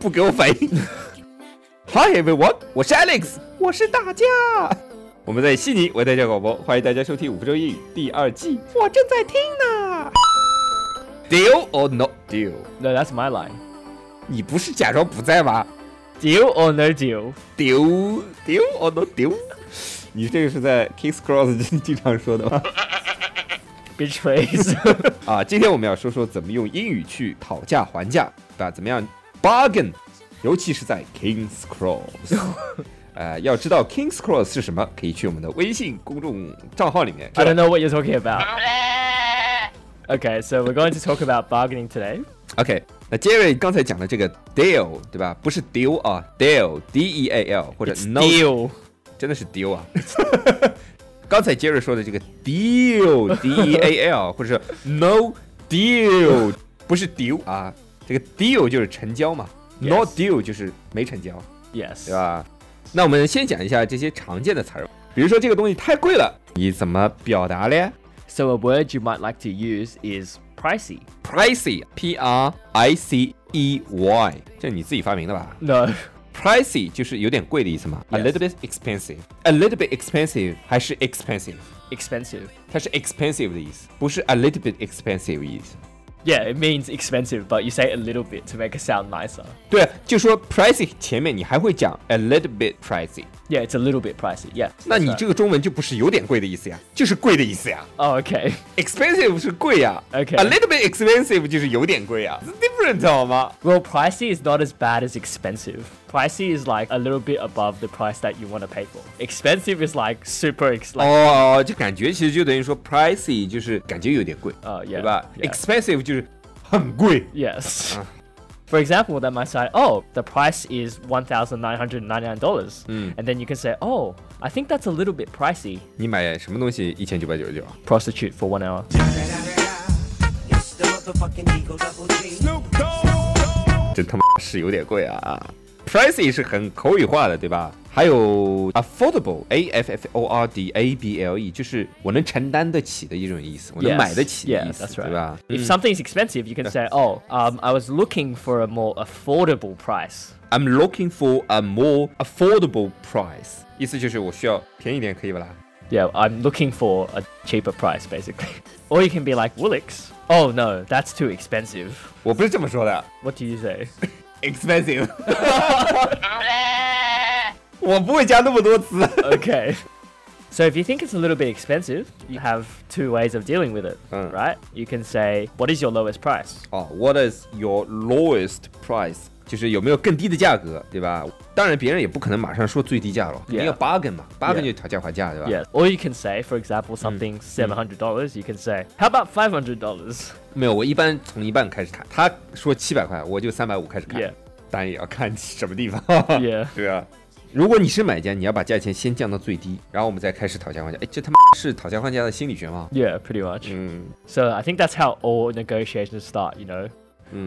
不给我反 应。Hi everyone，我是 Alex，我是大家。我们在悉尼为大家广播，欢迎大家收听五分钟英语第二季。我正在听呢。Deal or not deal？ No, that's my line. 你不是假装不在吗 Deal or no deal? ？Deal deal or not deal？你这个是在 Kings Cross 经常说的吗？ Bitch face. 啊，今天我们要说说怎么用英语去讨价还价，对吧？怎么样 bargain，尤其是在 King's Cross。呃，要知道 King's Cross 是什么，可以去我们的微信公众账号里面。 I don't know what you're talking about. Okay, so we're going to talk about bargaining today. OK，那 Jerry 刚才讲的这个 deal，对吧？不是 deal 啊，deal，D E A L，或者 It's no， deal. 真的是 deal 啊。 刚才 Jerry 说的这个 deal，D E A L，或者是 no deal，不是 deal 啊，这个 deal 就是成交嘛 Yes ，no deal 就是没成交。 Yes. 对吧？那我们先讲一下这些常见的词儿，比如说这个东西太贵了，你怎么表达嘞 So a word you might like to use is pricey. ？Pricey，P R I C E Y，这你自己发明的吧 No. ？Pricey 就是有点贵的意思嘛 Yes a little bit expensive，a little bit expensive 还是 expensive， Expensive. 它是 expensive 的意思，不是 a little bit expensive 的意思。 Yeah, it means expensive, but you say a little bit to make it sound nicer. 对，啊就说 pricey 前面你还会讲 a little bit pricey， Yeah, it's a little bit pricey. Yeah. 那 that's 你 right. 这个中文就不是有点贵的意思呀，就是贵的意思呀。 Oh, okay. expensive 是贵呀、 OK a little bit expensive 就是有点贵呀、i t s different 好吗？ Well, pricey is not as bad as expensive. Pricey is like a little bit above the price that you want to pay for. Expensive is like super ex- like 哦、这感觉其实就等于说 pricey 就是感觉有点贵， Oh, yeah, 对吧 yeah. expensive 就是很贵。 Yes. For example, they might say, oh, the price is $1,999. And then you can say, oh, I think that's a little bit pricey. 你买什么东西一千九百九十九？ Prostitute for one hour. 这他妈是有点贵啊！pricey 是很口语化的，对吧？还有 affordable，a f f o r d a b l e，就是我能承担得起的一种意思，我能 Yes, 买得起的 yeah, 意思 that's right. 对吧？ If something's expensive, you can say, oh, um, I was looking for a more affordable price. I'm looking for a more affordable price，意思就是我需要便宜点，可以不啦？ Yeah, I'm looking for a cheaper price, basically. or you can be like, Woolix. Oh, no, that's too expensive. 我不是这么说的 What do you say? ，expensive。我不会加那么多词。 okay. So if you think it's a little bit expensive, you have two ways of dealing with it, Uh. right? You can say, "What is your lowest price?" 哦、w h a t is your lowest price？就是有没有更低的价格，对吧？当然，别人也不可能马上说最低价了，肯定要 bargain 嘛，bargain 就是讨价还价，对吧 Yes. Or you can say, for example, something's seven hundred dollars. You can say, "How about five hundred dollars?" 没有，我一般从一半开始看，他说七百块，我就三百五开始看 Yeah. 当然也要看什么地方。 Yeah. 对啊，如果你是买家，你要把价钱先降到最低，然后我们再开始讨价还价。哎，这他妈是讨价还价的心理学吗？ Yeah, pretty much. 嗯， So I think that's how all negotiations start. You know,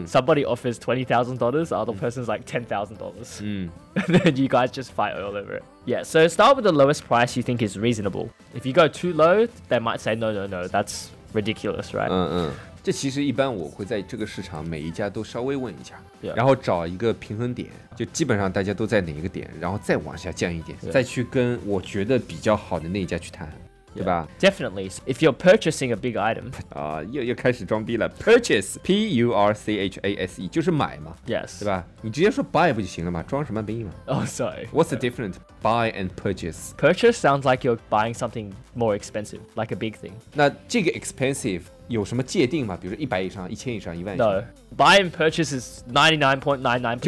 somebody offers twenty thousand dollars, the other person's like ten thousand dollars, Mm. and then you guys just fight all over it. Yeah. So start with the lowest price you think is reasonable. If you go too low, they might say, "No, no, no, that's ridiculous," right? 嗯嗯，这其实一般我会在这个市场每一家都稍微问一下 Yeah. 然后找一个平衡点，就基本上大家都在哪一个点，然后再往下降一点 Yeah. 再去跟我觉得比较好的那一家去谈。对吧？ Definitely. If you're purchasing a big item, 啊，又又开始装逼了，purchase p u r c h a s e 就是买嘛， yes. 对吧？你直接说 buy 不就行了嘛，装什么逼嘛 Oh, sorry. ？What's the difference? Buy and purchase。 Purchase sounds like you're buying something more expensive, like a big thing. 那这个 expensive 有什么界定吗？比如说一百以上、一千以上、一万以上 No. Buy and purchase is 就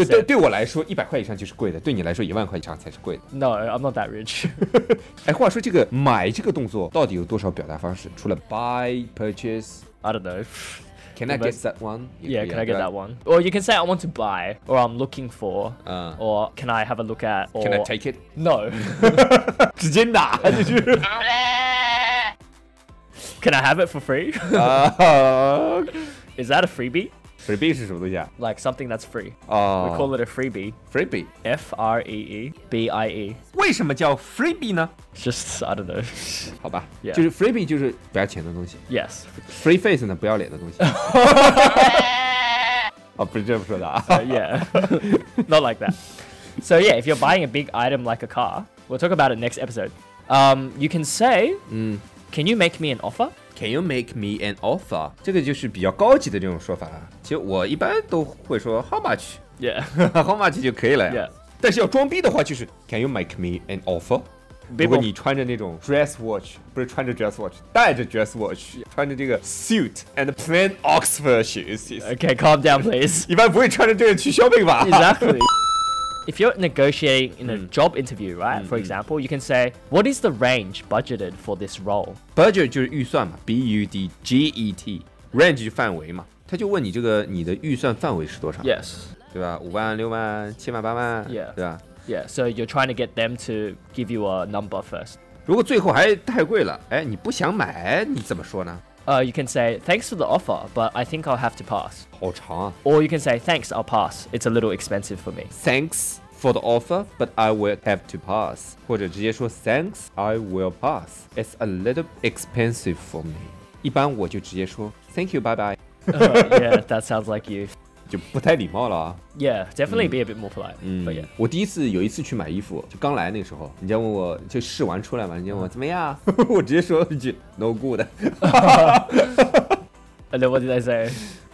对 99.99%. 对我来说，一百块以上就是贵的，对你来说一万块以上才是贵的。 No, I'm not that rich. 哎，话说这个买这个动作到底有多少表达方式？除了 buy、purchase，Can I don't know. I 我们 get that one？也 Yeah, 可以 can 啊 I 对 get 吧 that one? Or you can say I want to buy, or I'm looking for, Uh. or can I have a look at, or Can I take it？ no, 直接 拿就是 can I have it for free? Uh, 啊 Is that a freebie? ，freebie 是什么东西啊？ Like something that's free. We 哦 call it a freebie. ，freebie F R E E B I E. 为什么叫 freebie 呢？ It's just I don't know. 好吧 Yeah 就是 freebie 就是不要钱的东西 yes. ，free face 呢不要脸的 东西。哦，不是这么说的啊。 Uh, yeah. Not like that. So yeah, if you're buying a big item like a car, we'll talk about it next episode. Um, you can say, Mm. "Can you make me an offer?" Can you make me an offer？这个就是比较高级的这种说法了。其实我一般都会说 How much？ Yeah. how much 就可以了呀。 Yeah. 但是要装逼的话，就是 Can you make me an offer？ Big 如果你穿着那种 dress watch，不是穿着 dress watch，带着 dress watch，穿着这个 suit and plain Oxford shoes，、 Okay, calm down, please. 一般不会穿着这个去 shopping 吧 exactly. Hmm. If you're negotiating in a job interview, right? For example, you can say, "What is the range budgeted for this role?" Budget 就是预算嘛，B U D G E T，range 就是范围嘛。他就问你这个你的预算范围是多少 Yes. 对吧？五万、六万、七万、八万 Yeah 对吧？ Yeah. So you're trying to get them to give you a number first. 如果最后还太贵了，哎，你不想买，你怎么说呢？ Uh, you can say, "Thanks for the offer, but I think I'll have to pass." 好长啊。 Or you can say, "Thanks, I'll pass. It's a little expensive for me." Thanks for the offer, but I will have to pass。或者直接说 Thanks, I will pass. It's a little expensive for me。一般我就直接说 Thank you, bye bye， yeah, that sounds like you. 就不太礼貌了啊。 Yeah, definitely be a bit more polite. But yeah. 我第一次有一次去买衣服，就刚来那时候，人家问我就试完出来嘛，人家问嗯我怎么样， 我直接说了一句 No good， And then what did I say?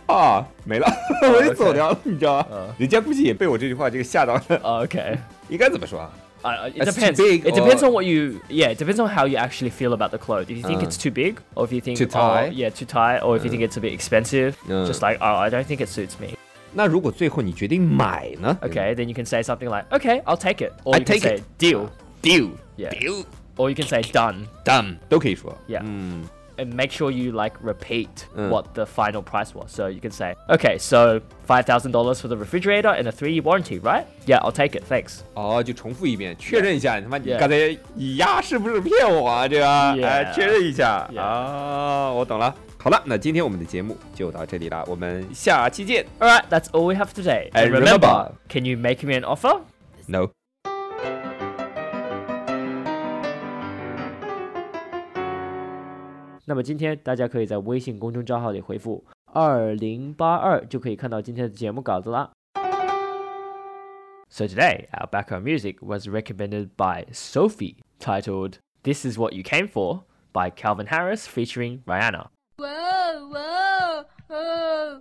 啊，没了，哦 我就走掉了，你知道嗯吗？人家估计也被我这句话这个吓到了， Oh, okay. 应该怎么说啊？ Uh, it That's too depends. big it depends or- on what you. Yeah, it depends on how you actually feel about the clothes. If you think Uh. it's too big, or if you think Too oh, tight. yeah, too tight, or if you think it's a bit expensive, Uh. just like oh, I don't think it suits me. 那如果最后你决定买呢 Okay, then you can say something like, okay, I'll take it, or I you can take say it. deal, ，Deal, Yeah. deal, or you can say done. done 都可以说。 Yeah. 嗯， And make sure you like repeat Hmm. Uh. what the final price was. So you can say, okay, so five thousand dollars for the refrigerator and a three-year warranty, right? Yeah, I'll take it. Thanks. 哦，就重复一遍，确认一下，你他妈你 Yeah. 刚才你丫是不是骗我啊？这个，哎， Yeah. 确认一下 Yeah. 啊，我懂了。好了，那今天我们的节目就到这里了，我们下期见。 All right, that's all we have today. And And remember, remember- can you make me an offer? No. 那么今天大家可以在微信公众账号里回复二零八二，就可以看到今天的节目稿子啦。So today, our background music was recommended by Sophie, titled "This Is What You Came For" by Calvin Harris featuring Rihanna. Whoa, whoa, oh.